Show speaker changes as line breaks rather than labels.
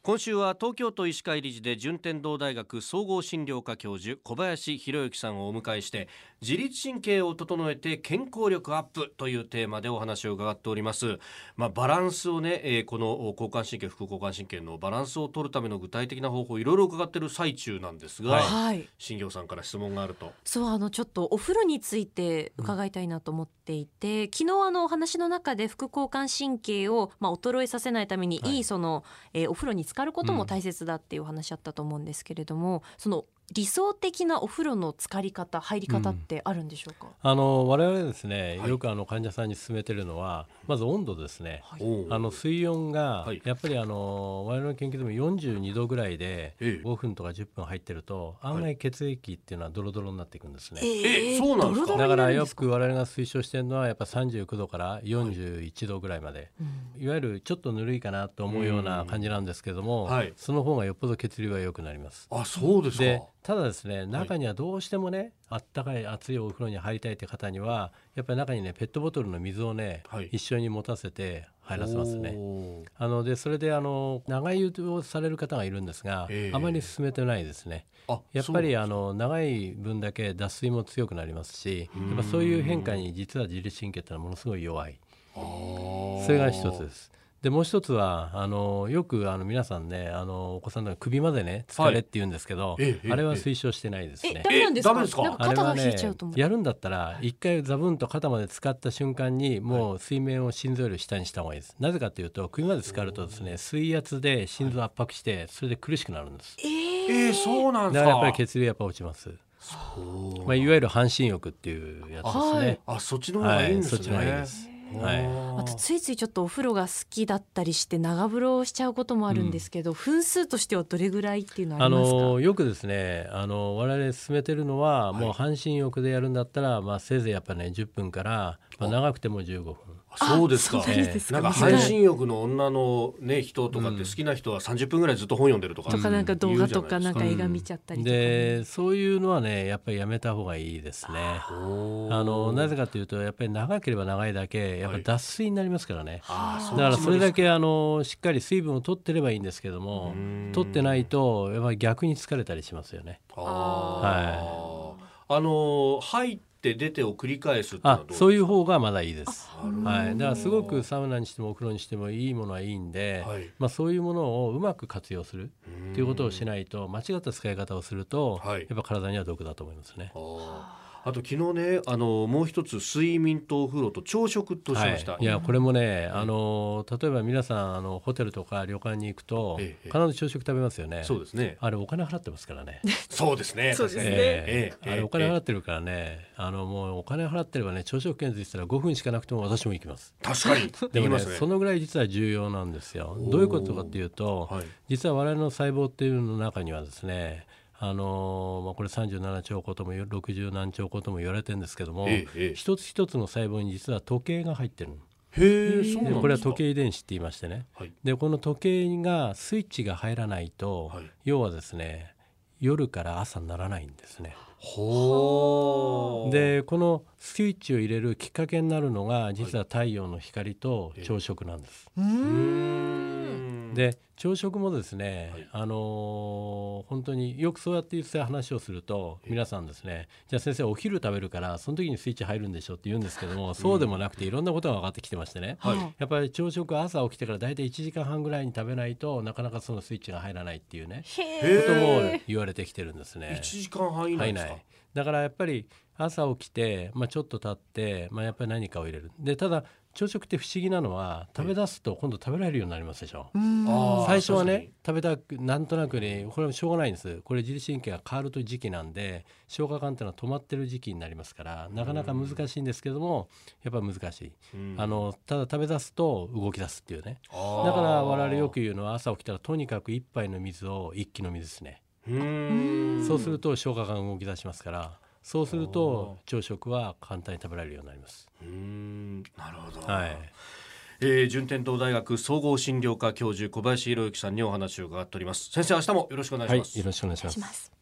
今週は東京都医師会理事で順天堂大学総合診療科教授小林博之さんをお迎えして自律神経を整えて健康力アップというテーマでお話を伺っております、まあ、バランスをね、えーこの交感神経副交感神経のバランスを取るための具体的な方法いろいろ伺っている最中なんですが、
はい。
新業さんから質問があると
そうあのちょっとお風呂について伺いたいなと思っていて、昨日あのお話の中で副交感神経をまあ衰えさせないために
はい
いいその、えーお風呂に浸かることも大切だっていうお話あったと思うんですけれども、その理想的なお風呂の浸かり方入り方ってあるんでしょうか。
あの我々ですね、
はい
よくあの患者さんに勧めてるのはまず温度ですね。
はい
おう
あの水温が
はい
やっぱりあの我々の研究でも42度ぐらいで
ええ
5分とか10分入ってると案外血液っていうのはドロドロになっていくんですね。
えそうなんですか
ドロドロ
だ
に
か
な
ら
るんで
よ
す
く我々が推奨してるのはやっぱ39度から41度ぐらいまで、
うん
いわゆるちょっとぬるいかなと思うような感じなんですけども、
うんはい
その方がよっぽど血流が良くなります。
あそうですか
でただですね中にはどうしてもね、あったかい熱いお風呂に入りたいって方にはやっぱり中にねペットボトルの水をね、
はい
一緒に持たせて入らせますね。
おう
あのでそれであの長い湯をされる方がいるんですが、
ええ
あまり勧めてないですね。
あ
やっ
そう
ぱりあの長い分だけ脱水も強くなりますし
ん
やっぱそういう変化に実は自律神経ってのはものすごい弱い
あー
それが一つです。でもう一つはあのよくあの皆さんねあのお子さんの首までね疲れって言うんですけど、
ええええ
あれは推奨してないです
え
ね
ダ。メなんですか。
えダメですか
なんか
あれ
肩
は
が引い
ね
ちゃうと思う。
やるんだったら一回ザブンと肩まで使った瞬間にもう水面を心臓より下にした方がいいです。なぜかというと首まで使うとですね水圧で心臓圧迫してそれで苦しくなるんです。
えー
えー、そうなんです
だから
か
やっぱり血流やっぱ落ちます。
おう
まあ、いわゆる半身浴っていうやつですね。
あそっちの方が
はい
いんですね、
そっちの方がいいです。はい
あー
あとついついちょっとお風呂が好きだったりして長風呂をしちゃうこともあるんですけど、分数としてはどれぐらいっていうのはあ
あ
りますか、
のよくですねあの我々勧めてるのは、もう半身浴でやるんだったら、まあ、せいぜいやっぱね10分から、まあ、長くても15分
そうですか
あそうなんですか
なんか配信欲の女の、ね、人とかって好きな人は30分ぐらいずっと本読んでるとか,、
とかなんか動画とか
うん
なんか映画見ちゃったりとかね、
でそういうのはねやっぱりやめた方がいいですね
あ
あのな
ぜ
ぜかというとやっぱり長ければ長いだけやっぱり脱水になりますからね、
あー
だからそれだ
う
けあのしっかり水分を取ってればいいんですけども
うん
取ってないとやっぱり逆に疲れたりしますよね
あーあの入って出てを繰り返すっていうのは
あ
どうですか
そういう方がまだいいです
なるほど
はい、だからすごくサウナにしてもお風呂にしてもいいものはいいんで、
はい
まあ、そういうものをうまく活用する
うん
ということをしないと間違った使い方をすると、
はい
やっぱ体には毒だと思いますね。
あーあと昨日ねあのもう一つ睡眠とお風呂と朝食としました、
はい、いやこれもね、あの例えば皆さんあのホテルとか旅館に行くと、
ええ
必ず朝食食べますよね
そうですね
あれお金払ってますからね、
そうですね
そうで
確
すね
かに
え
え
えあれお金
え
払
え
ってるからね、あのもうお金払ってればね朝食券付いてたら5分しかなくても私も行きます
確かに
で
言い
もね
ますね
そのぐらい実は重要なんですよ
おー
どういうことかっていうと、
はい
実は我々の細胞っていうの中にはですねあのーまあ、これ37兆個とも60何兆個とも言われてるんですけども、
ええええ
一つ一つの細胞に実は時計が入ってるの
へえそうなんです
で
か
これは時計遺伝子って言いましてね
はい
でこの時計がスイッチが入らないと、
はい
要はですね夜から朝にならないんですね。
ほー
でこのスイッチを入れるきっかけになるのが実は太陽の光と朝食なんです。
うーん
で朝食もですね、
はい
あのー本当によくそうやって言って話をすると皆さんですねじゃあ先生お昼食べるからその時にスイッチ入るんでしょって言うんですけどもそうでもなくていろんなことが分かってきてましてね、
はい
やっぱり朝食朝起きてから大体1時間半ぐらいに食べないとなかなかそのスイッチが入らないっていうね
へ
へ
え
ことも
え
言われてきてるんですね。
一時間半以
入
内
ん
で
な
すか
いだからやっぱり朝起きて、まあ、ちょっと経って、まあ、やっぱり何かを入れるでただ朝食って不思議なのは食べ出すと今度食べられるようになりますでしょ、
あー
最初は
確かに
ね食べたくなんとなくねこれもしょうがないんですこれ自律神経が変わるという時期なんで消化管っていうのは止まってる時期になりますからなかなか難しいんですけどもやっぱ難しい、
うん
あのただ食べ出すと動き出すっていうね
あ
だ
ー
から我々よく言うのは朝起きたらとにかく一杯の水を一気の水ですね
うーん
そうすると消化管が動き出しますからそうすると朝食は簡単に食べられるようになります
うーんなるほど
はい
えー順天堂大学総合診療科教授小林博之さんにお話を伺っております先生明日もよろしくお願い
は
しま
い
す
よろしくお願いします
します